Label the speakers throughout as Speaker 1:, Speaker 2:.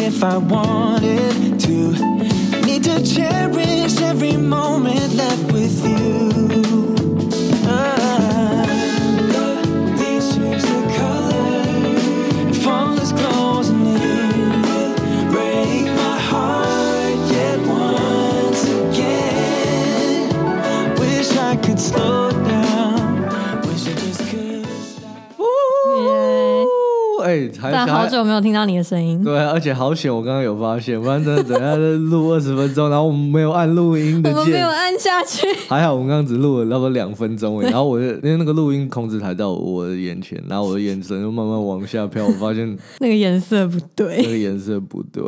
Speaker 1: if I wanted to. Need to cherish every moment left with you. Ah, these shapes of color, fall is closing in. Break my heart yet once again. Wish I could slow down. Wish I just could.
Speaker 2: 耶
Speaker 3: 哎，还
Speaker 2: 但好久没有听到你的声音，
Speaker 3: 对啊，而且好险，我刚刚有发现，不然真的等下再录二十分钟，然后我们没有按录音的
Speaker 2: 我们没
Speaker 3: 键
Speaker 2: 有。按下去。
Speaker 3: 还好我们刚刚只录了差不多两分钟而已，然后我就因为那个录音控制台在我的眼前，然后我的眼神就慢慢往下飘，我发现
Speaker 2: 那个颜色不
Speaker 3: 那
Speaker 2: 对，
Speaker 3: 个颜色不对，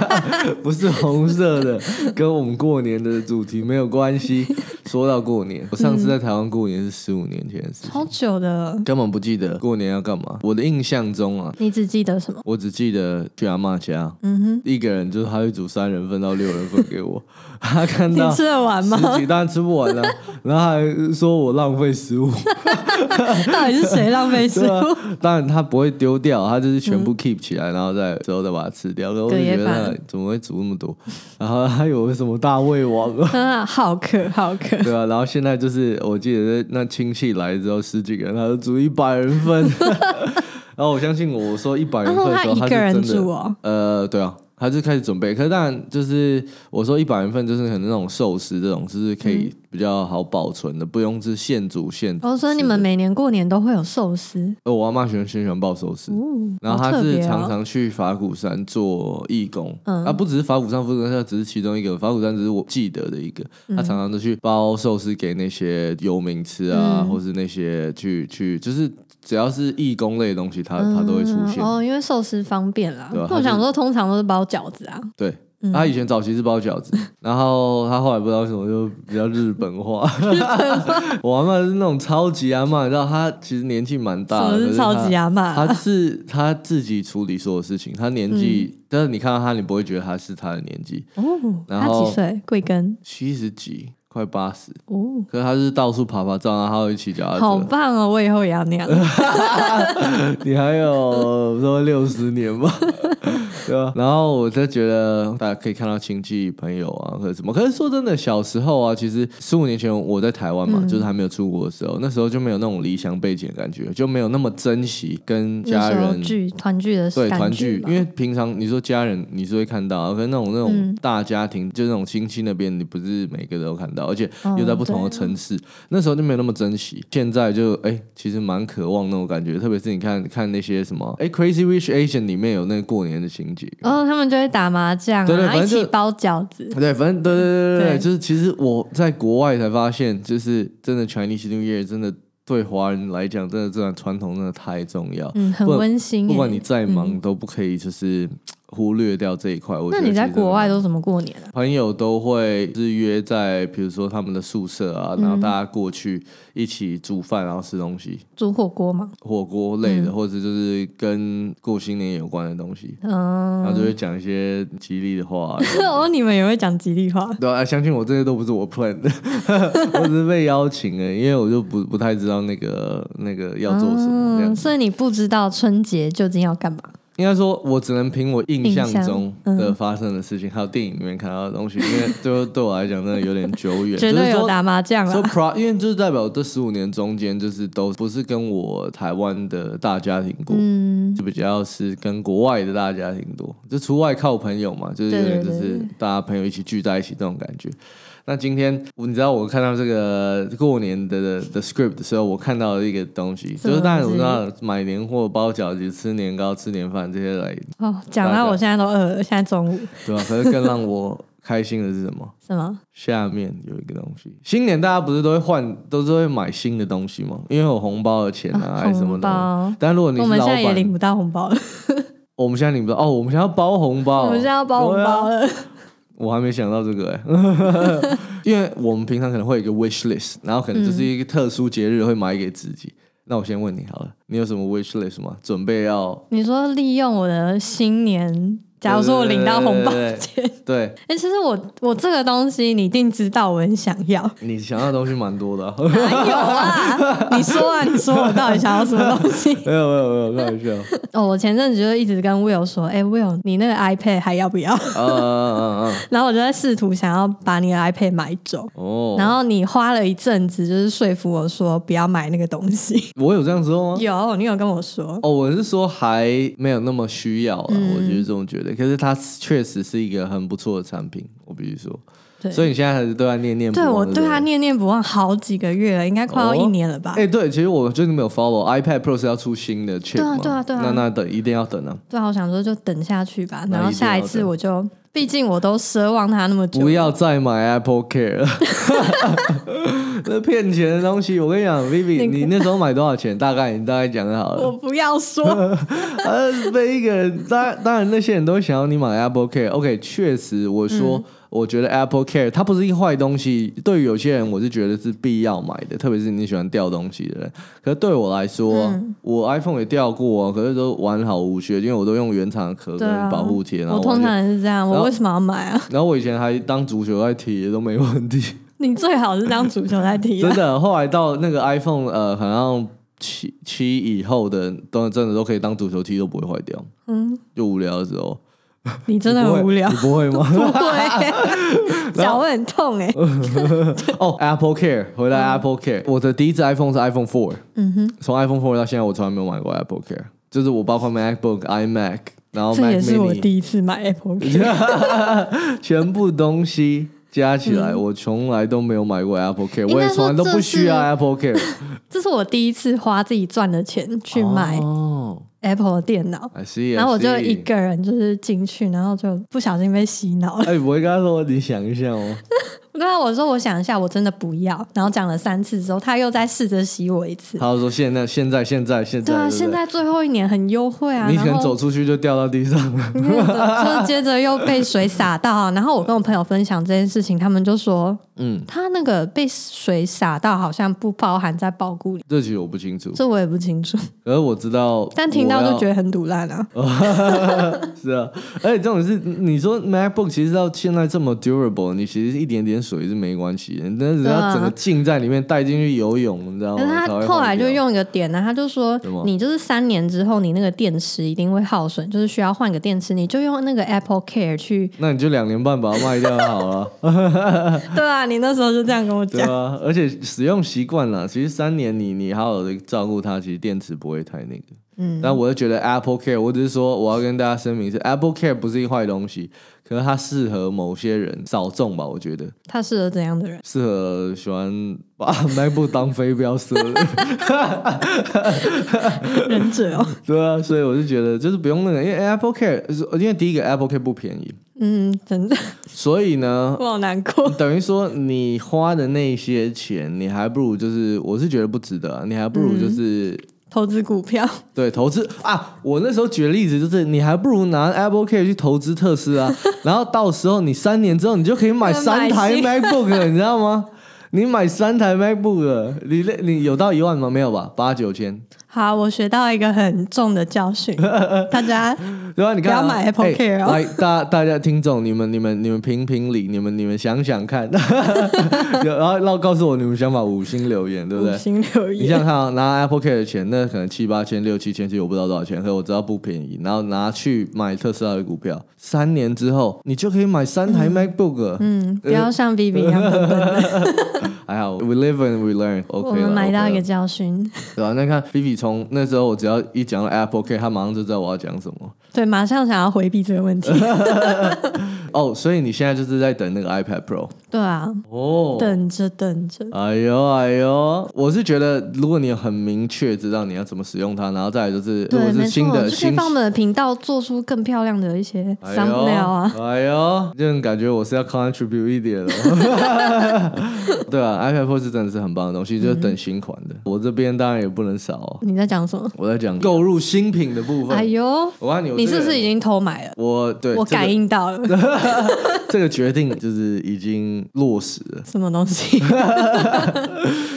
Speaker 3: 不是红色的，跟我们过年的主题没有关系。说到过年，我上次
Speaker 2: 嗯
Speaker 3: 在台湾过年是十五年前的事情，
Speaker 2: 好久的。
Speaker 3: 根本不记得过年要干嘛。我的印象中啊，
Speaker 2: 你只记得 什么？
Speaker 3: 我只记得去阿嬷家，
Speaker 2: 嗯
Speaker 3: 一个人就是他会煮三人份到六人份给 我，他看
Speaker 2: 你
Speaker 3: 到
Speaker 2: 吃得完吗？
Speaker 3: 十几当然吃不完了、啊 然后还说我浪费食物，
Speaker 2: 到底是谁浪费食
Speaker 3: 对啊
Speaker 2: 物？，
Speaker 3: 当然他不会丢掉，他就是全部 keep 起来，然后再之后再把它吃掉。可我就
Speaker 2: 嗯隔夜
Speaker 3: 觉得
Speaker 2: 饭
Speaker 3: 他怎么会煮那么多？然后还有什么大胃王啊？
Speaker 2: 啊，好渴，好渴。
Speaker 3: 对啊，然后现在就是我记得那亲戚来之后十几个人，他就煮一百人份。 然后我相信我说一百人份的时候，
Speaker 2: 然后他
Speaker 3: 他
Speaker 2: 一
Speaker 3: 是
Speaker 2: 个人
Speaker 3: 真的
Speaker 2: 煮哦
Speaker 3: 呃，对啊，他就开始准备。可是当然就是我说一百人份，就是可能那种寿司这种，就是可
Speaker 2: 嗯
Speaker 3: 以比较好保存的，不用是现煮现吃。
Speaker 2: 哦，所以你们每年过年都会有寿司，
Speaker 3: 呃，我阿妈喜欢先喜欢爆寿司，
Speaker 2: 哦
Speaker 3: 然后
Speaker 2: 好
Speaker 3: 他
Speaker 2: 特
Speaker 3: 是
Speaker 2: 别哦
Speaker 3: 常常去法鼓山做义工，
Speaker 2: 嗯
Speaker 3: 啊，不只是法鼓山、富士山，只是其中一个。法鼓山只是我记得的一个，
Speaker 2: 嗯
Speaker 3: 他常常都去包寿司给那些游民吃啊，
Speaker 2: 嗯
Speaker 3: 或是那些去去，就是只要是义工类的东西，他他都会出现。
Speaker 2: 嗯哦，因为寿司方便啦。
Speaker 3: 对啊
Speaker 2: 我想说，通常都是包饺子啊。
Speaker 3: 对，他以前早期是包饺子， 然后他后来不知道为什么就比较日本化。 我阿妈是那种超级阿妈，你知道她其实年纪蛮大
Speaker 2: 什么
Speaker 3: 的，
Speaker 2: 是
Speaker 3: 可她
Speaker 2: 超级阿嬷
Speaker 3: 她是她自己处理所有事情，她年纪，
Speaker 2: 嗯
Speaker 3: 但是你看到她，你不会觉得她是她的年纪，
Speaker 2: 哦，
Speaker 3: 然
Speaker 2: 他
Speaker 3: 后
Speaker 2: 几岁？贵庚？
Speaker 3: 七十几，快八十。
Speaker 2: 哦，
Speaker 3: 可是她是到处爬爬照，然后她会骑脚踏
Speaker 2: 好
Speaker 3: 车。
Speaker 2: 棒哦！我以后也要那样。
Speaker 3: 你还有说六十年 吧，对啊吧、然后我就觉得大家可以看到亲戚朋友啊，或者什么。可是说真的，小时候啊，其实十五年前我在台湾嘛，就是还没有出国的时候，那时候就没有那种离乡背景的感觉，就没有那么珍惜跟 家
Speaker 2: 那时候
Speaker 3: 人。
Speaker 2: 聚团聚的
Speaker 3: 对
Speaker 2: 感
Speaker 3: 团聚，
Speaker 2: 嘛
Speaker 3: 因为平常你说家人你是会看到啊，可是那种那种大家庭，就那种亲戚那边，你不是每个都看到，而且又在不同的城市，那时候就没有那么珍惜。现在就哎、其实蛮渴望那种感觉，特别是你看看那些什么哎、Crazy Rich Asian 里面有那个过年的情节。
Speaker 2: 然哦后他们就会打麻将啊，
Speaker 3: 对对反正
Speaker 2: 一起
Speaker 3: 就
Speaker 2: 包饺子。
Speaker 3: 对，反正对对对对
Speaker 2: 对
Speaker 3: 对，就是其实我在国外才发现，就是真的 Chinese New Year 真的对华人来讲，真的这段传统真的太重要。
Speaker 2: 嗯，很
Speaker 3: 不
Speaker 2: 温馨耶。
Speaker 3: 不管你再忙，都不可以就是忽略掉这一块。我觉
Speaker 2: 那
Speaker 3: 得
Speaker 2: 你在
Speaker 3: 其实真的
Speaker 2: 国外都怎么过年啊？
Speaker 3: 朋友都会是约在，比如说他们的宿舍
Speaker 2: 嗯
Speaker 3: 啊，然后大家过去一起煮饭，然后吃东西，
Speaker 2: 煮火锅吗？
Speaker 3: 火锅类的，或者就是跟过新年有关的东西，然后
Speaker 2: 嗯嗯，
Speaker 3: 就会讲一些吉利的 话啊。
Speaker 2: 哦，你们也会讲吉利话。
Speaker 3: 对啊，相信我，这些都不是我 plan 的，我只是被邀请的，因为我就不不太知道那个那个要做什么这样
Speaker 2: 嗯，
Speaker 3: 子。
Speaker 2: 所以你不知道春节究竟要干嘛？
Speaker 3: 应该说，我只能凭我印象
Speaker 2: 印象嗯
Speaker 3: 中的发生的事情，还有电影里面看到的东西，因为对对我来讲真的有点 久远，
Speaker 2: 绝
Speaker 3: 就是
Speaker 2: 对有
Speaker 3: 说
Speaker 2: 打麻将啊
Speaker 3: 说
Speaker 2: 啦。
Speaker 3: pro，因为就是代表这十五年中间，就是都不是跟我台湾的大家庭过，
Speaker 2: 嗯，
Speaker 3: 就比较是跟国外的大家庭多，就出外靠朋友嘛，就是有点就
Speaker 2: 对对
Speaker 3: 是
Speaker 2: 对
Speaker 3: 大家朋友一起聚在一起这种感觉。那今天你知道我看到这个过年的的的 script 的时候，我看到了一个东西，
Speaker 2: 什
Speaker 3: 就
Speaker 2: 么
Speaker 3: 是大家
Speaker 2: 东
Speaker 3: 我
Speaker 2: 西
Speaker 3: 知道买年货、包饺子、吃年糕、吃年饭这些来，
Speaker 2: 哦，讲到我现在都饿了，现在中午
Speaker 3: 对吧、可是更让我开心的是什么？
Speaker 2: 什么？
Speaker 3: 下面有一个东西，新年大家不是都会换，都是会买新的东西吗？因为有红包的钱啊，
Speaker 2: 啊
Speaker 3: 还是什么
Speaker 2: 红包
Speaker 3: 的。但如果你
Speaker 2: 我
Speaker 3: 是
Speaker 2: 们
Speaker 3: 老
Speaker 2: 现在也领
Speaker 3: 板，
Speaker 2: 不到红包了，
Speaker 3: 我们现在领不到哦，我们现在要包红包，
Speaker 2: 我们现在要包红包
Speaker 3: 对啊
Speaker 2: 了。
Speaker 3: 我还没想到这个哎、 因为我们平常可能会有一个 wish list，然后可能就是一个特殊节日会买给自己。那我先问你好了，你有什么 wish list 吗？准备要
Speaker 2: 你说利用我的新年假如说我领到红包
Speaker 3: 对对
Speaker 2: 钱，
Speaker 3: 对
Speaker 2: 哎、其实我我这个东西你一定知道，我很想 要。
Speaker 3: 你想要的东西蛮多的啊、
Speaker 2: 哪有啊？你说啊，你说我到底想要什么东西？
Speaker 3: 没有没有没有，开玩笑。
Speaker 2: 哦，我前阵子就一直跟 Will 说，哎、w i l l 你那个 iPad 还要不要？
Speaker 3: 啊啊啊啊！
Speaker 2: 然后我就在试图想要把你的 iPad 买走。
Speaker 3: 哦，
Speaker 2: 然后你花了一阵子，就是说服我说不要买那个东西。
Speaker 3: 我有这样哦说吗？
Speaker 2: 有，你有跟我说，
Speaker 3: 哦，我是说还没有那么需要啊，我就是
Speaker 2: 嗯
Speaker 3: 这么觉得。可是它确实是一个很不错的产品，我必须说。
Speaker 2: 对
Speaker 3: 所以你现在还是对它念念不
Speaker 2: 对
Speaker 3: 忘。
Speaker 2: 我
Speaker 3: 啊对
Speaker 2: 对
Speaker 3: 不
Speaker 2: 他念念不忘好几个月了，应该快要一年了吧？
Speaker 3: 哎、对，其实我最近没有 follow iPad Pro 是要出新的 chip
Speaker 2: 对啊
Speaker 3: 吗
Speaker 2: 对啊对啊
Speaker 3: 那那等一定要等 啊，
Speaker 2: 对啊，我想说就等下去吧，
Speaker 3: 那
Speaker 2: 然后下一
Speaker 3: 一定
Speaker 2: 次
Speaker 3: 要等
Speaker 2: 我就，毕竟我都奢望他那么久，
Speaker 3: 不要再买 Apple Care 了，那骗钱的东西。我跟你讲，Vivi，你那时候买多少钱？大概你大概讲就好
Speaker 2: 我
Speaker 3: 了。
Speaker 2: 不要说，
Speaker 3: 呃，每一个人，当当然那些人都想要你买 Apple Care。OK，确实，我说、
Speaker 2: 嗯
Speaker 3: 我觉得 Apple Care 它不是一个坏东西，对于有些人我是觉得是必要买的，特别是你喜欢掉东西的人。可是对我来说，
Speaker 2: 嗯
Speaker 3: 我 iPhone 也掉过、啊，可是都完好无缺，因为我都用原厂的壳
Speaker 2: 对
Speaker 3: 跟
Speaker 2: 啊，
Speaker 3: 保护贴。然后
Speaker 2: 我通
Speaker 3: 完全
Speaker 2: 常也是这样，
Speaker 3: 然
Speaker 2: 我
Speaker 3: 后
Speaker 2: 为什么要买啊？
Speaker 3: 然后我以前还当足球在踢，都没问题。
Speaker 2: 你最好是当足球在踢
Speaker 3: 真
Speaker 2: 啊，
Speaker 3: 的，后来到那个 iPhone 呃，好像七七以后的，都真的都可以当足球踢，都不会坏掉。
Speaker 2: 嗯，
Speaker 3: 就无聊的时候，
Speaker 2: 你真的
Speaker 3: 不会
Speaker 2: 很无聊
Speaker 3: 你，不会 吗？
Speaker 2: 对， 脚会很痛 哎，
Speaker 3: 哦，Apple Care，回来 Apple Care，、我的第一只 iPhone 是 iPhone Four，
Speaker 2: 嗯哼，
Speaker 3: 从 iPhone Four 到现在，我从来没有买过 Apple Care，就是我包括 MacBook、iMac，然后
Speaker 2: 这
Speaker 3: Mac
Speaker 2: 也是我
Speaker 3: Mini，
Speaker 2: 第一次买 Apple Care，
Speaker 3: 全部东西。加起来，我从来都没有买过 Apple Care，
Speaker 2: 嗯应
Speaker 3: 我
Speaker 2: 该
Speaker 3: 也从来都
Speaker 2: 说
Speaker 3: 不
Speaker 2: 这
Speaker 3: 需要
Speaker 2: 是
Speaker 3: Apple Care
Speaker 2: 这是我第一次花自己赚的钱去买
Speaker 3: 哦
Speaker 2: Apple 的电脑。
Speaker 3: I see, I
Speaker 2: 哎然后我就一
Speaker 3: see
Speaker 2: 个人就是进去，然后就不小心被洗脑了。
Speaker 3: 哎，我会跟他说你想一下哦。
Speaker 2: 我跟他我说我想一下，我真的不要。然后讲了三次之后，他又再试着洗我一次。
Speaker 3: 他就说现在现在现在现在，
Speaker 2: 对啊，
Speaker 3: 对不对
Speaker 2: 现在最后一年很优惠啊。
Speaker 3: 你可
Speaker 2: 然
Speaker 3: 能
Speaker 2: 后
Speaker 3: 走出去就掉到地上了。
Speaker 2: 你看就接着又被水洒到啊。然后我跟我朋友分享这件事情，他们就说
Speaker 3: 嗯，
Speaker 2: 他那个被水洒到好像不包含在报估里，
Speaker 3: 这其实我不清楚，
Speaker 2: 这我也不清楚。
Speaker 3: 可是我知道，
Speaker 2: 但听到就觉
Speaker 3: 得
Speaker 2: 得很堵烂啊。
Speaker 3: 是啊。而且这种是你说 MacBook 其实到现在这么 durable，你其实一点点水是没关系的，但是
Speaker 2: 对啊
Speaker 3: 它整个浸在里面带进去游泳，你知道
Speaker 2: 可
Speaker 3: 吗？
Speaker 2: 是他
Speaker 3: 才哦会
Speaker 2: 后来
Speaker 3: 坏
Speaker 2: 就
Speaker 3: 掉
Speaker 2: 用一个点啊呢、他就说
Speaker 3: 什么
Speaker 2: 你就是三年之后，你那个电池一定会耗损，就是需要换个电池，你就用那个 Apple Care 去。
Speaker 3: 那你就两年半把它卖掉好了。
Speaker 2: 对啊，你那时候就这样跟我
Speaker 3: 对
Speaker 2: 讲。
Speaker 3: 啊，而且使用习惯啦，其实三年你你好好的照顾它，其实电池不会太那个。嗯，但我就觉得 Apple Care，我只是说我要跟大家声明是 Apple Care 不是一个坏东西，可是它适合某些人少众吧，我觉得
Speaker 2: 他适合怎样的人？
Speaker 3: 适合喜欢把 MacBook 当飞镖射的人。
Speaker 2: 忍者哦，
Speaker 3: 对啊，所以我就觉得就是不用那个，因为 Apple Care，因为第一个 Apple Care 不便宜，
Speaker 2: 嗯，真的，
Speaker 3: 所以呢，
Speaker 2: 我好难过。
Speaker 3: 等于说你花的那些钱，你还不如就是我是觉得不值得啊、你还不如就是。
Speaker 2: 投资股票，
Speaker 3: 对，投资啊，我那时候举的例子就是，你还不如拿 Apple Care 去投资特斯拉， 然后到时候你三年之后，你就可以买三台
Speaker 2: 买新
Speaker 3: MacBook，了你知道吗？你买三台 MacBook，了你那你有到一万吗？没有吧，八九千，
Speaker 2: 好，我学到一个很重的教训，大家
Speaker 3: 对吧？你看啊、
Speaker 2: 不要买 Apple
Speaker 3: 哎
Speaker 2: Care 哦
Speaker 3: 来，大大家听众，你们你们你们评评理，你们你们想想看， 有然后然后告诉我你们想法，五星留言，对不
Speaker 2: 五
Speaker 3: 对？
Speaker 2: 星留
Speaker 3: 你想
Speaker 2: 言。
Speaker 3: 想看、啊，拿 Apple Care 的钱，那可能七八千、六七千，其实我不知道多少钱，可是我知道不便宜。然后拿去买特斯拉的股票，三年之后你就可以买三台 MacBook 了。
Speaker 2: 嗯，不要像 B B 一样笨笨的。
Speaker 3: 还好，we live and we learn。OK，
Speaker 2: 我们买到一个
Speaker 3: o
Speaker 2: 教训，
Speaker 3: 对吧、那看 Vivi 从那时候，我只要一讲到 Apple Care，他马上就知道我要讲什么。
Speaker 2: 对，马上想要回避这个 问题。
Speaker 3: 哦、所以你现在就是在等那个 iPad Pro
Speaker 2: 对啊，
Speaker 3: 哦。
Speaker 2: 等着等着，
Speaker 3: 哎呦哎呦，我是觉得，如果你很明确知道你要怎么使用它，然后再来就是，如
Speaker 2: 对，
Speaker 3: 果
Speaker 2: 没错，
Speaker 3: 是新的
Speaker 2: 就可以
Speaker 3: 新
Speaker 2: 帮我们的频道做出更漂亮的一些
Speaker 3: 哎
Speaker 2: t
Speaker 3: 呦
Speaker 2: h 啊。
Speaker 3: 哎呦，这种感觉我是要 contribute 一点了。 对啊，iPad Pro 是真的是很棒的东西，
Speaker 2: 嗯
Speaker 3: 就是等新款的。我这边当然也不能少哦、
Speaker 2: 你在讲什么？
Speaker 3: 我在讲购入新品的部分。
Speaker 2: 哎呦，
Speaker 3: 我告诉你，我
Speaker 2: 你
Speaker 3: 这个
Speaker 2: 是不是已经偷买了？
Speaker 3: 我对
Speaker 2: 我感
Speaker 3: 这个
Speaker 2: 应到了
Speaker 3: 这个决定就是已经落实了。
Speaker 2: 什么东西？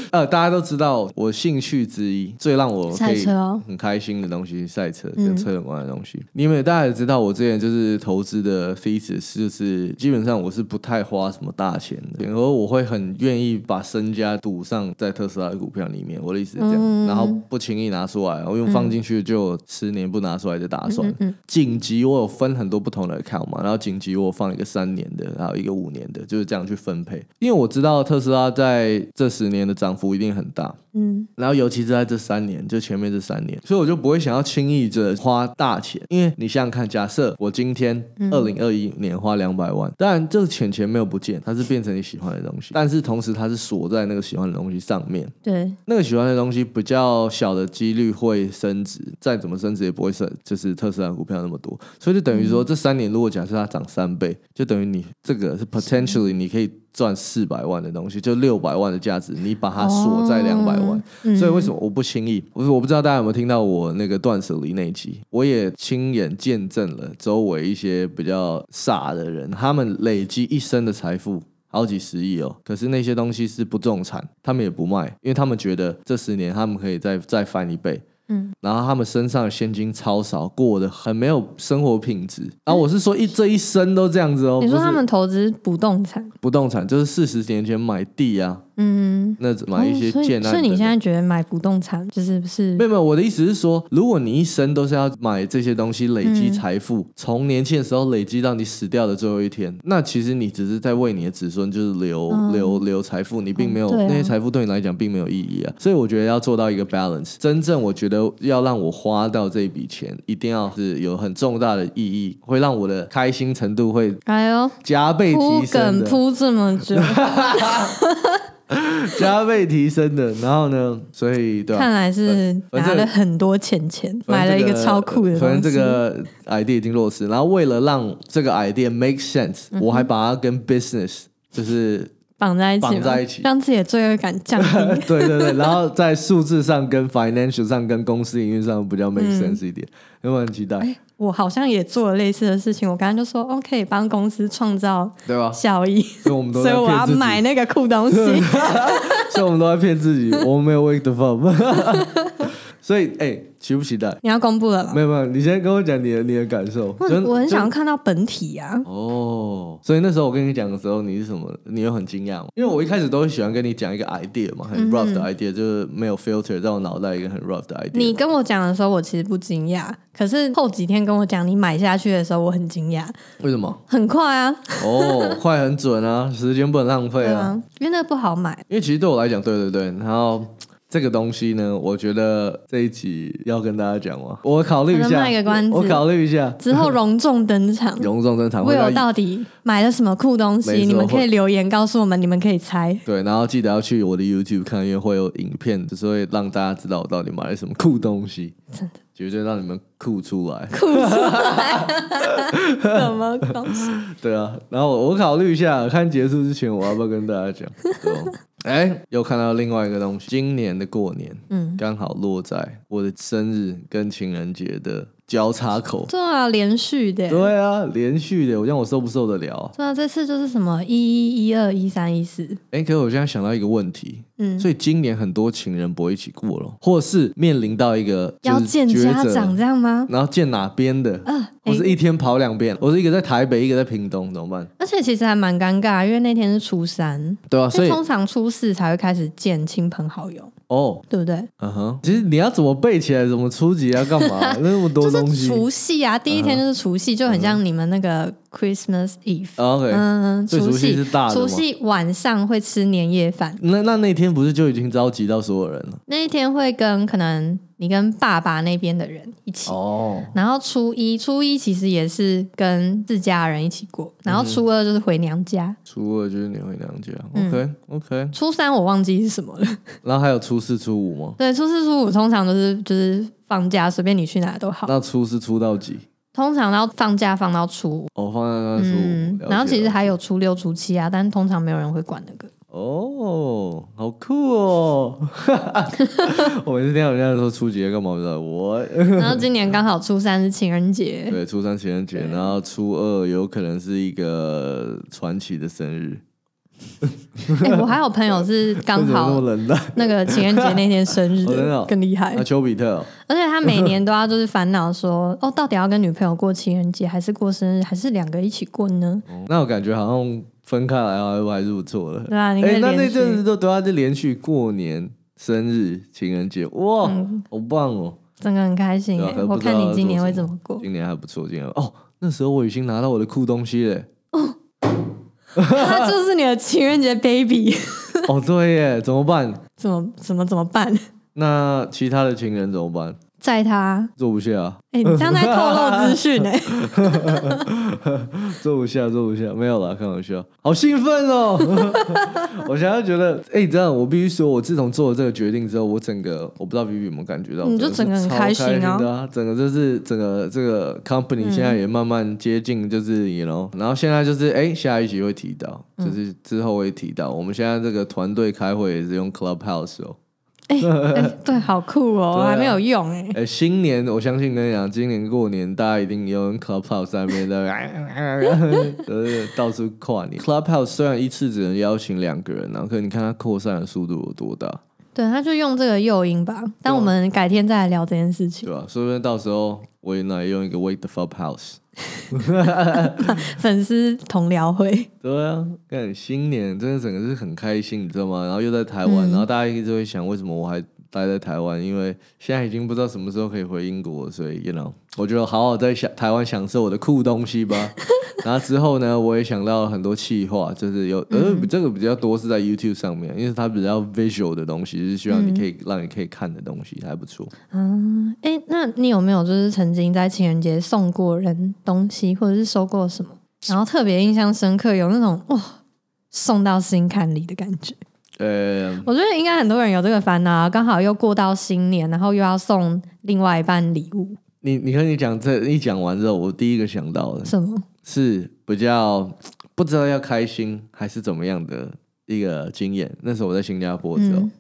Speaker 3: 呃，大家都知道我兴趣之一，最让我可
Speaker 2: 赛
Speaker 3: 以
Speaker 2: 车哦
Speaker 3: 很开心的东西，赛车跟车有关的东西。你们大家也知道，我之前就是投资的 thesis，就是基本上我是不太花什么大钱的，然后我会很愿意把身家赌上在特斯拉的股票里面。我的意思是这样，然后不轻易拿出来，我因为放进去就十年不拿出来就打算。紧急我有分很多不同的 account 嘛，然后紧急我放一个三年的，然后一个五年的，就是这样去分配。因为我知道特斯拉在这十年的涨幅一定很大，
Speaker 2: 嗯，
Speaker 3: 然后尤其是在这三年，就前面这三年，所以我就不会想要轻易着花大钱，因为你想想看，假设我今天二零二一年花两百万，当然这个钱钱没有不见，它是变成你喜欢的东西，但是同时它是锁在那个喜欢的东西上面，
Speaker 2: 对，
Speaker 3: 那个喜欢的东西比较小的几率会升值，再怎么升值也不会升，就是特斯拉股票那么多，所以就等于说这三年如果假设它涨三倍，就等于你这个是 potentially 你可以赚四百万的东西，就六百万的价值，你把它锁在两百万，
Speaker 2: 嗯
Speaker 3: 所以为什么我不轻易？我我不知道大家有没有听到我那个断舍离那一集，我也亲眼见证了周围一些比较傻的人，他们累积一生的财富。好几十亿哦，可是那些东西是不重产，他们也不卖，因为他们觉得这十年他们可以再再翻一倍，
Speaker 2: 嗯，
Speaker 3: 然后他们身上的现金超少，过得很没有生活品质。然后我是说一这一生都这样子哦，
Speaker 2: 你说
Speaker 3: 不是
Speaker 2: 他们投资不动产，
Speaker 3: 不动产就是四十年前买地啊，
Speaker 2: 嗯，
Speaker 3: 那买一些
Speaker 2: 哦所以
Speaker 3: 建案、
Speaker 2: 所以你现在觉得买不动产就是是
Speaker 3: 没有没有，我的意思是说，如果你一生都是要买这些东西累
Speaker 2: 嗯
Speaker 3: 积财富，从年轻的时候累积到你死掉的最后一天，那其实你只是在为你的子孙就是留、留留财富，你并没有、
Speaker 2: 嗯嗯对啊
Speaker 3: 那些财富对你来讲并没有意义啊。所以我觉得要做到一个 balance，真正我觉得要让我花到这一笔钱，一定要是有很重大的意义，会让我的开心程度会
Speaker 2: 哎呦，
Speaker 3: 加倍
Speaker 2: 铺
Speaker 3: 提升
Speaker 2: 梗
Speaker 3: 的。啊
Speaker 2: 铺这么 久，
Speaker 3: 加倍提升的，然后呢？所以对吧、啊
Speaker 2: 看来是
Speaker 3: 反
Speaker 2: 拿
Speaker 3: 正
Speaker 2: 了很多钱钱，买
Speaker 3: 反
Speaker 2: 了
Speaker 3: 正
Speaker 2: 一
Speaker 3: 这
Speaker 2: 个超酷的
Speaker 3: 反
Speaker 2: 东
Speaker 3: 正这
Speaker 2: 西。
Speaker 3: 个 idea 已经落实，然后为了让这个 idea make sense，、我
Speaker 2: 嗯
Speaker 3: 还把它跟 business 就是。
Speaker 2: 绑在一起嘛，
Speaker 3: 绑在一起
Speaker 2: 让自己的罪恶感降低。
Speaker 3: 对对对，然后在数字上、跟 financial 上、跟公司营运上比较 make
Speaker 2: 嗯
Speaker 3: sense 一点，有没有很期待？
Speaker 2: 我好像也做了类似的事情，我刚刚就说，哦，可以帮公司创造
Speaker 3: 对吧？
Speaker 2: 效益，
Speaker 3: 所以我们都
Speaker 2: 所
Speaker 3: 在
Speaker 2: 以我
Speaker 3: 骗
Speaker 2: 要
Speaker 3: 自己
Speaker 2: 买那个酷东西。
Speaker 3: 所以我们都在骗自己，我们没有 wake the fuck。所 以，哎、期不期待？
Speaker 2: 你要公布了吗
Speaker 3: 没？有没有，你先跟我讲你的你的感受。
Speaker 2: 我
Speaker 3: 就
Speaker 2: 我很
Speaker 3: 就
Speaker 2: 想要看到本体啊，
Speaker 3: 哦，所以那时候我跟你讲的时候，你是什么？你有很惊讶吗？因为我一开始都会喜欢跟你讲一个 idea 嘛，
Speaker 2: 嗯
Speaker 3: 很 rough 的 idea，、就是没有 filter，在我脑袋一个很 rough 的 idea。
Speaker 2: 你跟我讲的时候，我其实不惊讶，可是后几天跟我讲你买下去的时候，我很惊讶，
Speaker 3: 为什么？
Speaker 2: 很快啊，
Speaker 3: 哦，快很准 啊，时间不能浪费啊。
Speaker 2: 啊，因为那不好买，
Speaker 3: 因为其实对我来讲，对对对，然后。这个东西呢，我觉得这一集要跟大家讲吗？我考虑一
Speaker 2: 好
Speaker 3: 下
Speaker 2: 的卖个关，子
Speaker 3: 我考虑一下。。
Speaker 2: 之后隆重登场
Speaker 3: 隆重登场，
Speaker 2: 为
Speaker 3: 会
Speaker 2: 我
Speaker 3: 在
Speaker 2: 到底买了什么酷东
Speaker 3: 没
Speaker 2: 西？
Speaker 3: 错
Speaker 2: 你们可以留言告诉我们，你们可以 猜。
Speaker 3: 对，然后记得要去我的 YouTube 看，因为会有影片，就是会让大家知道我到底买了什么酷东西，
Speaker 2: 真的
Speaker 3: 绝对让你们酷出来。
Speaker 2: 什么东西？
Speaker 3: 对啊，然后我我考虑一下，看结束之前我要不要跟大家讲。对吧哎，又看到另外一个东西，今年的过年，嗯，刚好落在我的生日跟情人节的交叉口。
Speaker 2: 对啊，连续的。
Speaker 3: 对啊，连续的，我让我受不受得了啊？
Speaker 2: 对啊，这次就是什么一一一二一三一四，
Speaker 3: 哎，可是我现在想到一个问题，
Speaker 2: 嗯
Speaker 3: 所以今年很多情人不会一起过了，或是面临到一个就是
Speaker 2: 要见家
Speaker 3: 抉择
Speaker 2: 长这样吗？
Speaker 3: 然后见哪边的，
Speaker 2: 啊，
Speaker 3: 我
Speaker 2: 诶
Speaker 3: 是一天跑两遍，我是一个在台北，一个在屏东，怎么办？
Speaker 2: 而且其实还蛮尴尬，因为那天是初三，
Speaker 3: 对啊，
Speaker 2: 因
Speaker 3: 所
Speaker 2: 为
Speaker 3: 以
Speaker 2: 通常初四才会开始见亲朋好友，
Speaker 3: 哦，
Speaker 2: 对不对？
Speaker 3: 嗯哼，其实你要怎么背起来，怎么初级啊，干嘛 那么多
Speaker 2: 就
Speaker 3: 东
Speaker 2: 是
Speaker 3: 西嗯
Speaker 2: 除夕啊，第一天就是除夕，就很像你们那个 Christmas Eve。
Speaker 3: 啊？OK，
Speaker 2: 嗯，
Speaker 3: 所以除夕
Speaker 2: 夕
Speaker 3: 是大的
Speaker 2: 除
Speaker 3: 吗
Speaker 2: 夕晚上会吃年夜饭，
Speaker 3: 那那那天不是就已经召集到所有人了？
Speaker 2: 那一天会跟可能你跟爸爸那边的人一起。
Speaker 3: 哦，
Speaker 2: 然后初一，初一其实也是跟自家人一起过，
Speaker 3: 嗯
Speaker 2: 然后初二就是回娘家，
Speaker 3: 初二就是你回娘家
Speaker 2: 嗯
Speaker 3: ，OK OK，
Speaker 2: 初三我忘记是什么了。
Speaker 3: 然后还有初四、初五吗？
Speaker 2: 对，初四、初五通常都是就是放假，随便你去哪都好。
Speaker 3: 那初四初到几？
Speaker 2: 通常要放假放到初五，
Speaker 3: 哦，放在那初
Speaker 2: 嗯
Speaker 3: 五，了，
Speaker 2: 然后
Speaker 3: 解
Speaker 2: 其实
Speaker 3: 了
Speaker 2: 还有初六、初七啊，但通常没有人会管那 个。
Speaker 3: 哦，好酷哦！ 我每次听到人家说初几要干嘛，我就知道我
Speaker 2: 然后今年刚好初三是情人节，
Speaker 3: 对，初三情人节，然后初二有可能是一个传奇的生日，
Speaker 2: 哎、我还有朋友是刚
Speaker 3: 为什 么那
Speaker 2: 好
Speaker 3: 么冷淡？
Speaker 2: 那个情人节那天生日
Speaker 3: 哦真的
Speaker 2: 的
Speaker 3: 哦，
Speaker 2: 更厉害
Speaker 3: 那。丘比特哦、
Speaker 2: 而且他每年都要就是烦恼说，哦，到底要跟女朋友过情人节，还是过生日，还是两个一起过呢？
Speaker 3: 那我感觉好像分开来好像还是不错的。
Speaker 2: 对啊你可以
Speaker 3: 哎、那那
Speaker 2: 连续
Speaker 3: 阵子都都要是连续过年、生日、情人节，哇，
Speaker 2: 嗯
Speaker 3: 好棒哦！
Speaker 2: 真的很开心、
Speaker 3: 对啊
Speaker 2: 哎
Speaker 3: 可是
Speaker 2: 我
Speaker 3: 不知道
Speaker 2: 看你
Speaker 3: 要
Speaker 2: 今年
Speaker 3: 做
Speaker 2: 会
Speaker 3: 什
Speaker 2: 怎么过。
Speaker 3: 今年还不错，今年哦，那时候我已经拿到我的酷东西了。
Speaker 2: 他就是你的情人节 baby，
Speaker 3: 哦，对耶，怎么办？
Speaker 2: 怎么怎么怎么办？
Speaker 3: 那其他的情人怎么办？
Speaker 2: 载他？
Speaker 3: 坐不下啊，
Speaker 2: 哎、你这样在透露资讯 哎！
Speaker 3: 坐不下，坐不下，没有啦，开玩笑。好兴奋哦！ 我现在觉得，哎、你知道，我必须说，我自从做了这个决定之后，我整个，我不知道 Vivi 有没有感觉到，
Speaker 2: 你就
Speaker 3: 我
Speaker 2: 整个
Speaker 3: 是
Speaker 2: 很
Speaker 3: 超
Speaker 2: 开
Speaker 3: 开
Speaker 2: 心
Speaker 3: 的
Speaker 2: 啊嗯
Speaker 3: 啊，整个就是整个这个 company 现在也慢慢接近，就是你 you know，然后现在就是哎、下一集会提到，
Speaker 2: 嗯
Speaker 3: 就是之后会提到，我们现在这个团队开会也是用 Clubhouse 哦。
Speaker 2: 哎、哎对，好酷哦，
Speaker 3: 对啊
Speaker 2: 还没有用哎、
Speaker 3: 哎、新年我相信跟你讲，今年过年大家一定有人 Clubhouse 上面的， 呃，到处跨年。Clubhouse 虽然一次只能邀请两个人啊，可你看它扩散的速度有多大，
Speaker 2: 对，他就用这个诱因吧。但我们改天再来聊这件事情
Speaker 3: 啊对。啊吧、说不定到时候我也来用一个 Wake the Fuck House。
Speaker 2: 粉丝同聊会，
Speaker 3: 对啊，干新年真的整个是很开心，你知道吗？然后又在台湾，然后大家一直会想，为什么我还待在台湾？因为现在已经不知道什么时候可以回英国，所以 you know，我就好好在享台湾享受我的酷东西吧。然后之后呢，我也想到了很多企划，就是有呃、这个比较多是在 YouTube 上面，因为它比较 visual 的东西，就是希望你可以、让你可以看的东西还不错。
Speaker 2: 嗯，哎，那你有没有就是曾经在情人节送过人东西，或者是收过什么，然后特别印象深刻，有那种哇送到心坎里的感觉？
Speaker 3: 呃，
Speaker 2: 我觉得应该很多人有这个烦恼啊，刚好又过到新年，然后又要送另外一半礼物，
Speaker 3: 你你跟你讲这一讲完之后，我第一个想到的
Speaker 2: 什么？
Speaker 3: 是比较不知道要开心还是怎么样的一个经验。那时候我在新加坡的时候，
Speaker 2: 嗯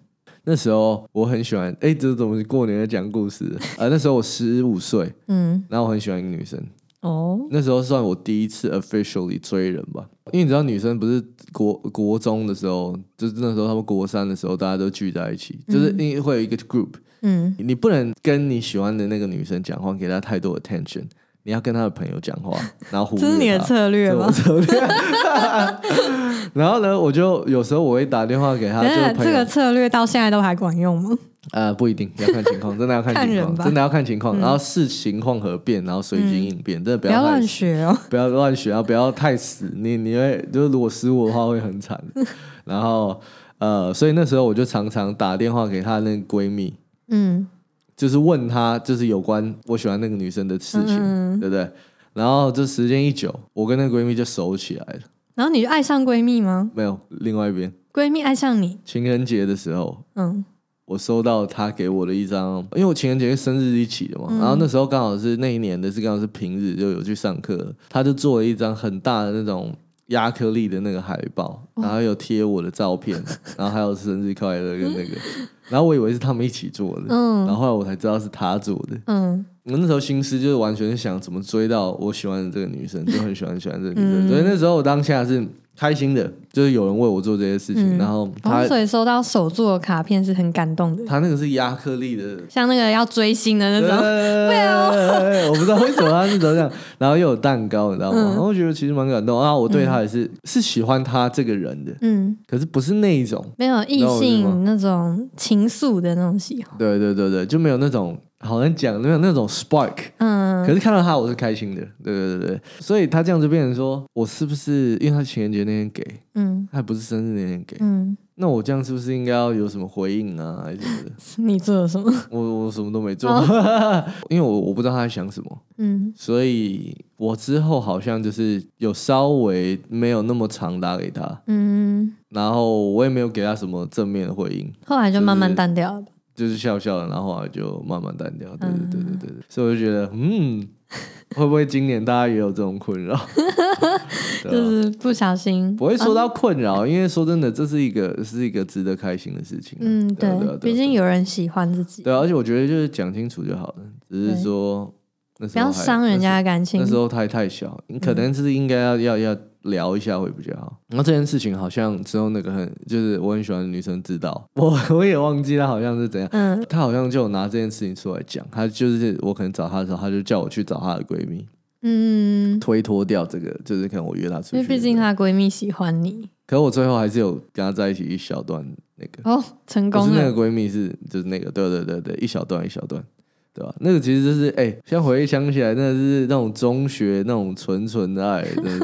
Speaker 3: 那时候我很喜欢，哎、这怎么过年在讲故事？ 呃，那时候我十五岁，
Speaker 2: 嗯，
Speaker 3: 然后我很喜欢一个女生，
Speaker 2: 哦，
Speaker 3: 那时候算我第一次 officially 追人吧。因为你知道，女生不是国国中的时候，就是那时候他们国三的时候，大家都聚在一起，就是你会有一个 group，
Speaker 2: 嗯，
Speaker 3: 你不能跟你喜欢的那个女生讲话，给她太多 attention。你要跟她的朋友讲话，然后忽略
Speaker 2: 这是你的
Speaker 3: 她
Speaker 2: 策略吗？
Speaker 3: 然后呢，我就有时候我会打电话给他，
Speaker 2: 等
Speaker 3: 就
Speaker 2: 等，
Speaker 3: 是朋
Speaker 2: 这
Speaker 3: 友
Speaker 2: 个，策略到现在都还管用吗？
Speaker 3: 呃，不一定要看情况，真的要看
Speaker 2: 看
Speaker 3: 情
Speaker 2: 人
Speaker 3: 况，
Speaker 2: 吧嗯
Speaker 3: 真的要看情况，然后视情况而变，然后随机应变，真的
Speaker 2: 不
Speaker 3: 不
Speaker 2: 要
Speaker 3: 要太
Speaker 2: 乱学哦。
Speaker 3: 不要乱选啊，不要太死，你你会就是如果失误的话会 很惨。然后呃，所以那时候我就常常打电话给她那个闺蜜，
Speaker 2: 嗯，
Speaker 3: 就是问她就是有关我喜欢那个女生的事情，
Speaker 2: 嗯
Speaker 3: 对不对？然后这时间一久，我跟那个闺蜜就熟起来了。
Speaker 2: 然后你就爱上闺蜜吗？
Speaker 3: 没有，另外一边
Speaker 2: 闺蜜爱上你？
Speaker 3: 情人节的时候，
Speaker 2: 嗯
Speaker 3: 我收到他给我的一张，因为我情人节跟生日一起的嘛，然后那时候刚好是那一年的是刚好是平日，就有去上课，他就做了一张很大的那种亚克力的那个海报，然后有贴我的照片，然后还有生日快乐跟那个，然后我以为是他们一起做的，然
Speaker 2: 嗯
Speaker 3: 后后来我才知道是他做的。
Speaker 2: 嗯，
Speaker 3: 我那时候心思就是完全是想怎么追到我喜欢的这个女生，就很喜欢喜欢这个女
Speaker 2: 嗯
Speaker 3: 生，所以那时候我当下是开心的，就是有人为我做这些事情，然后他、
Speaker 2: 哦，所以收到手作的卡片是很感动的，
Speaker 3: 他那个是亚克力的
Speaker 2: 像那个要追星的那
Speaker 3: 呃
Speaker 2: 种。哦
Speaker 3: 对，我不知道为什么他是怎么样，然后又有蛋糕，你知道
Speaker 2: 嗯
Speaker 3: 吗？然后我觉得其实蛮感动啊，我对他也是、是喜欢他这个人的，
Speaker 2: 嗯，
Speaker 3: 可是不是那一种，
Speaker 2: 没有异
Speaker 3: 那我是
Speaker 2: 性那种情愫的那种喜欢。
Speaker 3: 对对对对，就没有那种好像讲没有那种 spark。
Speaker 2: 嗯
Speaker 3: 可是看到他，我是开心的，对对对对，所以他这样就变成说，我是不是因为他情人节那天给，
Speaker 2: 嗯
Speaker 3: 他还不是生日那天给，
Speaker 2: 嗯，
Speaker 3: 那我这样是不是应该要有什么回应啊，还是什么的？
Speaker 2: 你做了什么？
Speaker 3: 我我什么都没做，
Speaker 2: 哦
Speaker 3: 因为我我不知道他在想什么，
Speaker 2: 嗯
Speaker 3: 所以我之后好像就是有稍微没有那么常打给他，
Speaker 2: 嗯，
Speaker 3: 然后我也没有给他什么正面的回应，
Speaker 2: 后来就慢慢淡掉了吧。
Speaker 3: 就是笑笑的，然后后来就慢慢淡掉。对
Speaker 2: 嗯
Speaker 3: 对对对对对，所以我就觉得，嗯，会不会今年大家也有这种困扰？ 对啊
Speaker 2: 就是不小心，
Speaker 3: 不会说到困扰，因为说真的，这是一个是一个值得开心的事情啊。
Speaker 2: 嗯，
Speaker 3: 对啊对啊对
Speaker 2: 对
Speaker 3: 啊，
Speaker 2: 毕竟
Speaker 3: 对啊
Speaker 2: 有人喜欢自己，
Speaker 3: 对啊，而且我觉得就是讲清楚就好了，只是
Speaker 2: 对
Speaker 3: 说那时
Speaker 2: 不
Speaker 3: 候
Speaker 2: 要
Speaker 3: 还
Speaker 2: 伤人家的感情嗯
Speaker 3: 那时。候他还太小，你可能是应该要、要要聊一下会比较好。然后这件事情好像之后那个很就是我很喜欢的女生知道， 我我也忘记她好像是怎样，
Speaker 2: 嗯
Speaker 3: 她好像就有拿这件事情出来讲，她就是我可能找她的时候，她就叫我去找她的闺蜜
Speaker 2: 嗯，
Speaker 3: 推脱掉这个，就是可能我约她出
Speaker 2: 因
Speaker 3: 去，
Speaker 2: 为毕竟，她闺蜜喜欢你
Speaker 3: 可我最后还是有跟她在一起一小段那个。
Speaker 2: 哦，成
Speaker 3: 不
Speaker 2: 功
Speaker 3: 是那
Speaker 2: 了，
Speaker 3: 个闺蜜是就是那个，对对对对，一小段一小段，对吧？那个其实就是哎，现在回想起来，那是那种中学那种纯纯的爱，真的是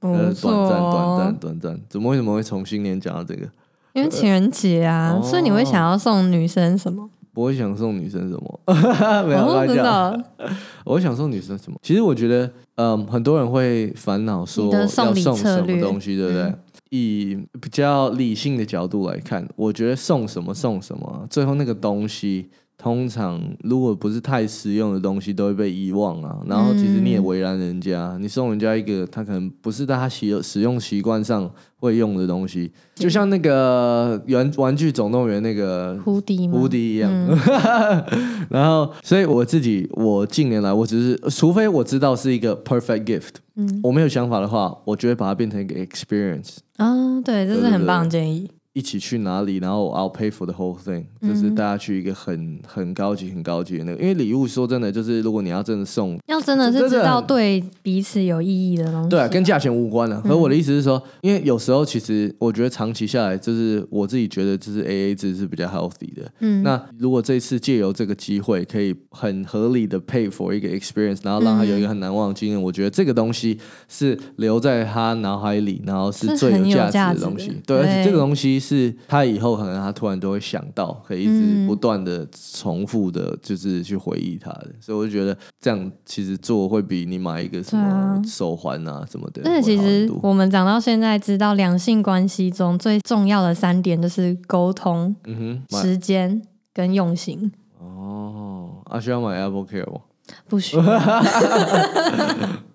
Speaker 2: 不
Speaker 3: 短
Speaker 2: 错、
Speaker 3: 暂呃短
Speaker 2: 哦
Speaker 3: 暂。短暂，怎么为什么会从新年讲到这个？
Speaker 2: 因为情人节啊，
Speaker 3: 哦
Speaker 2: 所以你会想要送女生什么？
Speaker 3: 不会想送女生什么， 没有
Speaker 2: 哦，
Speaker 3: 乱
Speaker 2: 真
Speaker 3: 讲。
Speaker 2: 的，
Speaker 3: 我想送女生什么？其实我觉得，嗯，很多人会烦恼说
Speaker 2: 你的
Speaker 3: 要
Speaker 2: 送
Speaker 3: 送
Speaker 2: 礼策
Speaker 3: 什
Speaker 2: 略
Speaker 3: 么东西，对不对？
Speaker 2: 嗯
Speaker 3: 以比较理性的角度来看，我觉得送什么送什么啊，最后那个东西通常如果不是太实用的东西，都会被遗忘啊。然后其实
Speaker 2: 嗯
Speaker 3: 你也为难人家，你送人家一个他可能不是在他习使用习惯上会用的东西，就像那个玩玩具总动员那个
Speaker 2: 蝴蝶吗？
Speaker 3: 无敌一样。 然后，所以我自己，我近年来，我只是，除非我知道是一个 perfect gift，
Speaker 2: 嗯
Speaker 3: 我没有想法的话，我就会把它变成一个 experience，
Speaker 2: 啊，对，这是很棒的建议。
Speaker 3: 一起去哪里，然后 I'll pay for the whole thing，就是大家去一个很很高级、很高级的那个。因为礼物说真的，就是如果你要真的送，
Speaker 2: 要真的是知道对彼此有意义的东西，
Speaker 3: 对、啊，跟价钱无关了、可我的意思是说，因为有时候其实我觉得长期下来，就是我自己觉得就是 A A 制是比较 healthy 的。
Speaker 2: 嗯
Speaker 3: 那如果这次借由这个机会，可以很合理的 pay for 一个 experience，然后让他有一个很难忘的经验，我觉得这个东西是留在他脑海里，然后是
Speaker 2: 是
Speaker 3: 最
Speaker 2: 很有价
Speaker 3: 价
Speaker 2: 值
Speaker 3: 的
Speaker 2: 的
Speaker 3: 东西。
Speaker 2: 对
Speaker 3: 对，而且这个东西是他以后可能他突然都会想到，可以一直
Speaker 2: 嗯
Speaker 3: 不断的重复的，就是去回忆他的。所以我就觉得这样其实做会比你买一个什
Speaker 2: 对啊
Speaker 3: 么手环啊什么的，
Speaker 2: 而且其
Speaker 3: 会好很
Speaker 2: 实
Speaker 3: 多
Speaker 2: 我们长到现在，知道两性关系中最重要的三点就是沟通、
Speaker 3: 嗯哼，买
Speaker 2: 时间跟用心。
Speaker 3: 哦，啊需要买 Apple Care 吗？
Speaker 2: 不 许，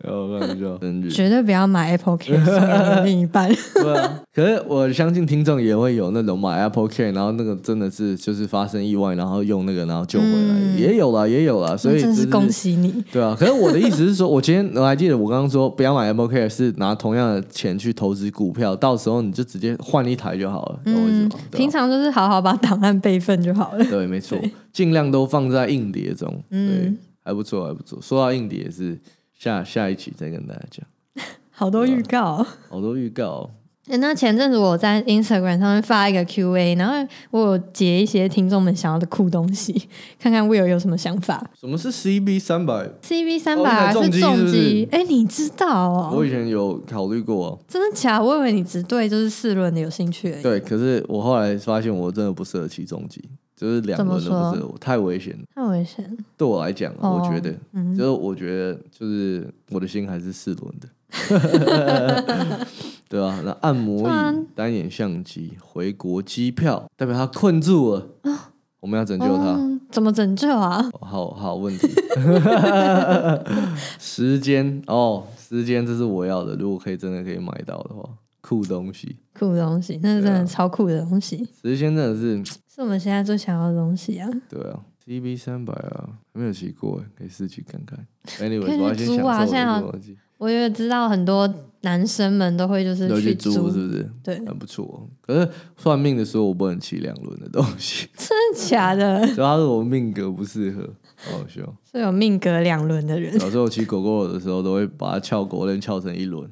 Speaker 3: 我感觉真日
Speaker 2: 绝对不要买 Apple Care 送给另一半。
Speaker 3: 对啊，可是我相信听众也会有那种买 Apple Care，然后那个真的是就是发生意外，然后用那个然后救回来，
Speaker 2: 嗯
Speaker 3: 也有啦，也有啦， 所以、
Speaker 2: 那真
Speaker 3: 就是
Speaker 2: 恭。喜你。
Speaker 3: 对啊，可是我的意思是说，我今天我还记得我刚刚说不要买 Apple Care，是拿同样的钱去投资股票，到时候你就直接换一台就好了，懂我意思
Speaker 2: 嗯
Speaker 3: 吗？对啊，
Speaker 2: 平常就是好好把档案备份就好了。
Speaker 3: 对，没啊错， 尽量都放在硬碟中，对
Speaker 2: 嗯，
Speaker 3: 还不错，还不错。说到硬碟也是下下一期再跟大家讲，
Speaker 2: 好多预告哦、
Speaker 3: 好多预告、哦，
Speaker 2: 欸那前阵子我在 Instagram 上面发一个 Q&A，然后我有截一些听众们想要的酷东西，看看 Will 有什么想法。
Speaker 3: 什么是 CB 三百？
Speaker 2: CV 三
Speaker 3: 哦
Speaker 2: 百
Speaker 3: 那
Speaker 2: 是
Speaker 3: 重机是
Speaker 2: 重
Speaker 3: 不是
Speaker 2: 机，哎、你知道
Speaker 3: 我
Speaker 2: 哦？
Speaker 3: 以前有考虑过、哦。
Speaker 2: 真的假的？我以为你只对就是四轮的有兴趣而已。
Speaker 3: 对，可是我后来发现我真的不适合骑重机，就是两
Speaker 2: 怎么
Speaker 3: 轮都不适
Speaker 2: 说
Speaker 3: 合我，太危险了。
Speaker 2: 太危险，
Speaker 3: 对我来讲啊，
Speaker 2: 哦
Speaker 3: 我觉得，
Speaker 2: 嗯
Speaker 3: 就是我觉得，就是我的心还是四轮的， 对啊，那按摩
Speaker 2: 对啊
Speaker 3: 椅、单眼相机、回国机票，代表他困住了，我们要拯救他。
Speaker 2: 哦怎么拯救 啊？
Speaker 3: 哦好好问题，时间哦，时间这是我要的，如果可以真的可以买到的话，酷东西，
Speaker 2: 酷东西，那是真
Speaker 3: 对
Speaker 2: 的
Speaker 3: 啊
Speaker 2: 超酷的东西，
Speaker 3: 时间真的是。
Speaker 2: 是我们现在最想要的东西啊！
Speaker 3: 对啊，CB 三百啊，还没有骑过欸，可以试骑看看。
Speaker 2: 可以
Speaker 3: Anyway，
Speaker 2: 去
Speaker 3: 我要先
Speaker 2: 租啊
Speaker 3: 享受
Speaker 2: 现在
Speaker 3: 我
Speaker 2: 好
Speaker 3: 的东西，
Speaker 2: 我也知道很多男生们都会就是
Speaker 3: 有
Speaker 2: 去
Speaker 3: 去租是不是？
Speaker 2: 对，真
Speaker 3: 很不错。可是算命的说我不能骑两轮的东西，
Speaker 2: 的假的？
Speaker 3: 主要是我命格不适合，好好笑。
Speaker 2: 是有命格两轮的人，
Speaker 3: 小时候骑狗狗的时候，都会把它翘狗链翘成一轮。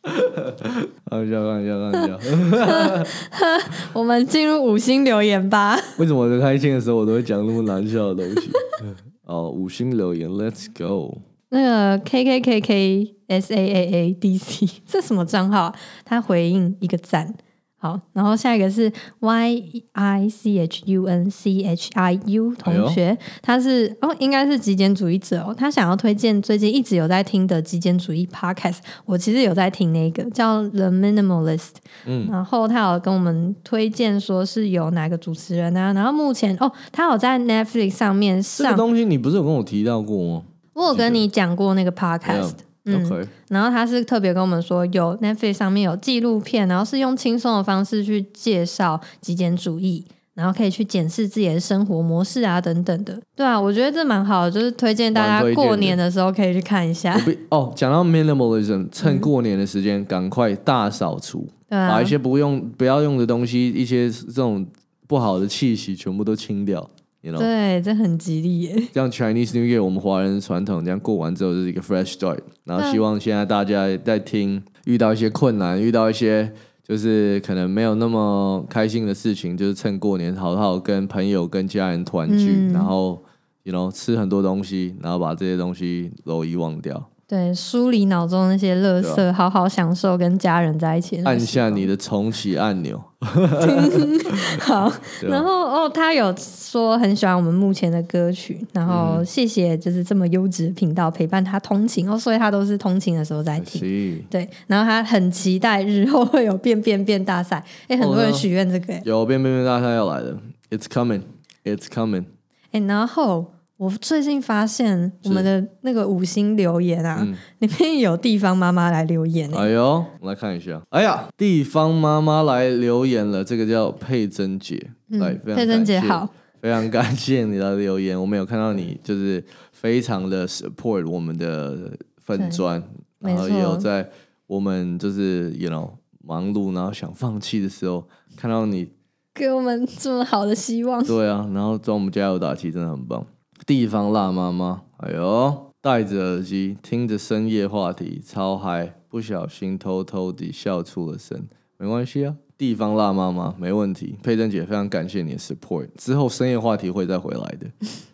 Speaker 3: 开玩笑，开玩笑，开玩笑。
Speaker 2: 我们进入五星留言吧。
Speaker 3: 为什么我在开心的时候，我都会讲那么难笑的东西？ 哦，五星留言，Let's go。
Speaker 2: 那个 K K K K S A A A D C 这什么账号啊、他回应一个赞。好，然后下一个是 Y I C H U N C H I U
Speaker 3: 哎
Speaker 2: 同学，他是哦，应该是极简主义者哦。他想要推荐最近一直有在听的极简主义 podcast，我其实有在听那个叫 The Minimalist，
Speaker 3: 嗯，
Speaker 2: 然后他有跟我们推荐说是有哪个主持人啊，然后目前哦，他有在 Netflix 上面
Speaker 3: 这个
Speaker 2: 上，
Speaker 3: 东西你不是有跟我提到过吗？
Speaker 2: 我有跟你讲过那个 podcast，
Speaker 3: 没有
Speaker 2: 嗯
Speaker 3: OK，
Speaker 2: 然后他是特别跟我们说，有 Netflix 上面有纪录片，然后是用轻松的方式去介绍极简主义。然后可以去检视自己的生活模式啊等等的。对啊，我觉得这蛮好的，就是推荐大
Speaker 3: 蛮推
Speaker 2: 家
Speaker 3: 荐的
Speaker 2: 过年的时候可以去看一下
Speaker 3: 我。必哦，讲到 minimalism，趁过年的时间赶快大扫除，
Speaker 2: 对啊
Speaker 3: 把一些不用不要用的东西，一些这种不好的气息全部都清掉，you know。
Speaker 2: 对，这很吉利耶。
Speaker 3: 这样 Chinese New Year 我们华人传统这样过完之后就是一个 fresh start，然
Speaker 2: 嗯
Speaker 3: 后希望现在大家在听遇到一些困难，遇到一些就是可能没有那么开心的事情，就是趁过年好好跟朋友跟家人团聚，
Speaker 2: 嗯
Speaker 3: 然后 you know 吃很多东西，然后把这些东西都遗忘
Speaker 2: 嗯
Speaker 3: 掉，
Speaker 2: 对，梳理脑中那些垃圾，
Speaker 3: 对啊
Speaker 2: 好好享受跟家人在一起的那
Speaker 3: 按
Speaker 2: 个时光。
Speaker 3: 下你的重启按钮。
Speaker 2: 好，
Speaker 3: 对吧啊
Speaker 2: 然后哦，他有说很喜欢我们目前的歌曲，然
Speaker 3: 嗯
Speaker 2: 后谢谢就是这么优质的频道陪伴他通勤哦，所以他都是通勤的时候在
Speaker 3: I
Speaker 2: 听。
Speaker 3: see
Speaker 2: 对，然后他很期待日后会有变变变大 赛，哎，很多
Speaker 3: 哦
Speaker 2: 人
Speaker 3: 那
Speaker 2: 许愿这个哎，
Speaker 3: 有变变变大赛要来了，It's coming，It's coming。
Speaker 2: 哎，然后我最近发现我们的那个五星留言啊，里面有地方妈妈来留言哎，
Speaker 3: 嗯哎呦，我们来看一下。哎呀，地方妈妈来留言了，这个叫佩珍姐，来，非常
Speaker 2: 嗯佩珍姐
Speaker 3: 感谢
Speaker 2: 好，
Speaker 3: 非常感谢你的留言，我们有看到你就是非常的 support 我们的粉砖，
Speaker 2: 对
Speaker 3: 然后
Speaker 2: 没错
Speaker 3: 也有在我们就是 you know 忙碌然后想放弃的时候，看到你，
Speaker 2: 给我们这么好的希望。
Speaker 3: 对啊，然后帮我们加油打气，真的很棒。地方辣妈妈，哎呦，戴着耳机听着深夜话题，超嗨，不小心偷偷地笑出了声，没关系啊。地方辣妈妈没问题，佩珍姐非常感谢你的 support，之后深夜话题会再回来的，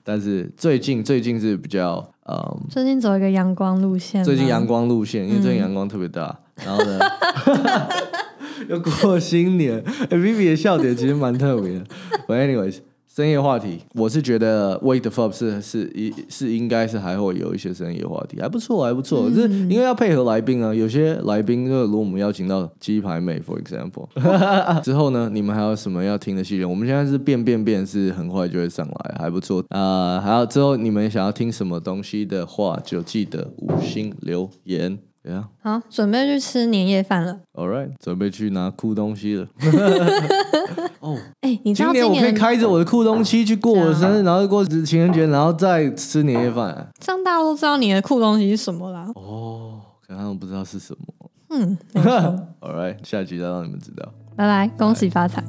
Speaker 3: 但是最近最近是比较嗯。
Speaker 2: 最近走一个阳光路线吗，嗯
Speaker 3: 最近阳光路线，因为最近阳光特别大，然后呢， 又过新年、欸、，Vivi 的笑点其实蛮特别的。But anyways，深夜话题，我是觉得 Wake the Fuck 是是一是应该是还会有一些深夜话题，还不错，还不错，
Speaker 2: 嗯
Speaker 3: 就是因为要配合来宾啊，有些来宾就是如果我们邀请到鸡排妹，for example，之 后呢，你们还有什么要听的系列？我们现在是变变变，是很快就会上来，还不错。呃，还有之后你们想要听什么东西的话，就记得五星留言。Yeah,
Speaker 2: 好，准备去吃年夜饭了。
Speaker 3: all right，准备去拿酷东西了。哦，
Speaker 2: 哎，你知
Speaker 3: 今
Speaker 2: 道今
Speaker 3: 年我可以
Speaker 2: 年啊
Speaker 3: 开着我的酷东西去过我的生日，然后过情人节，然后再吃年夜饭、
Speaker 2: 这样大家都知道你的酷东西是什么啦。
Speaker 3: 哦，可能他们不知道是什么。
Speaker 2: 嗯，没 错
Speaker 3: all right，下集再让你们知道。
Speaker 2: 拜拜，恭喜发财。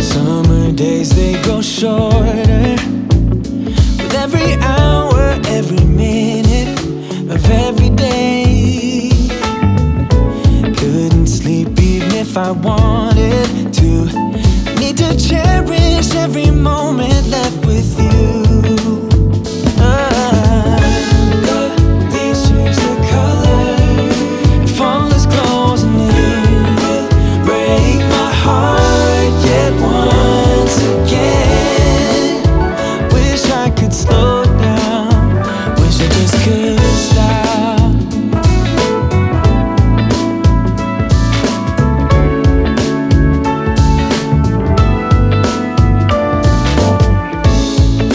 Speaker 1: Summer days they go shorter. With every hour, every minute of every day. Couldn't sleep even if I wanted to. Need to cherish every moment left with you. Slow down, wish I just could stop.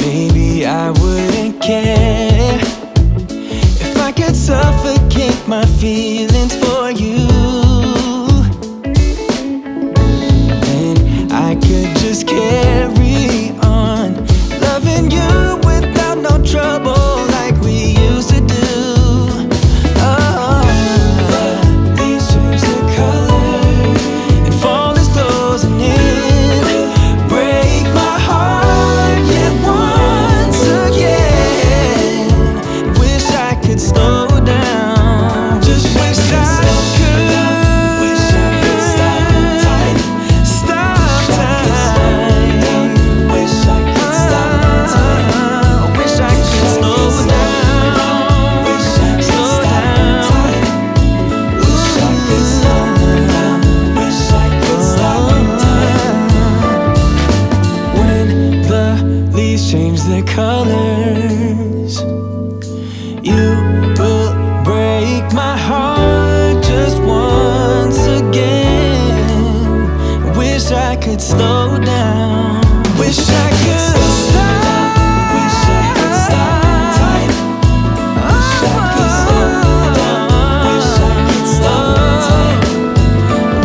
Speaker 1: Maybe I wouldn't care if I could suffocate my feelings for you. Then I could just carry on loving you without no trouble like we used to do. Oh, these change the color and fall is closing in. Break my heart yet once again. Wish I could slow down. Just wish I could. Wish I could stop time. Stop time. Wish I could stop time. Wish I could slow down. Wish I could slow down. Wish I could slow down. Wish I could stop time. When the leaves change their colors, you will break my heart just once again. could slow down. Wish I could stop. Wish I could stop time. Wish I could slow down.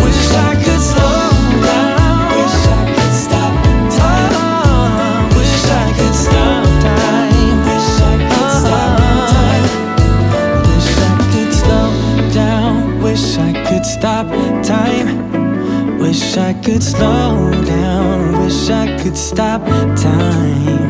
Speaker 1: Wish I could stop time. Wish I could slow down. Wish I could stop time. Wish I could stop time. Wish I could stop time. Wish I could slow down. Wish I could stop time. Wish I could slow down. Wish I could stop time.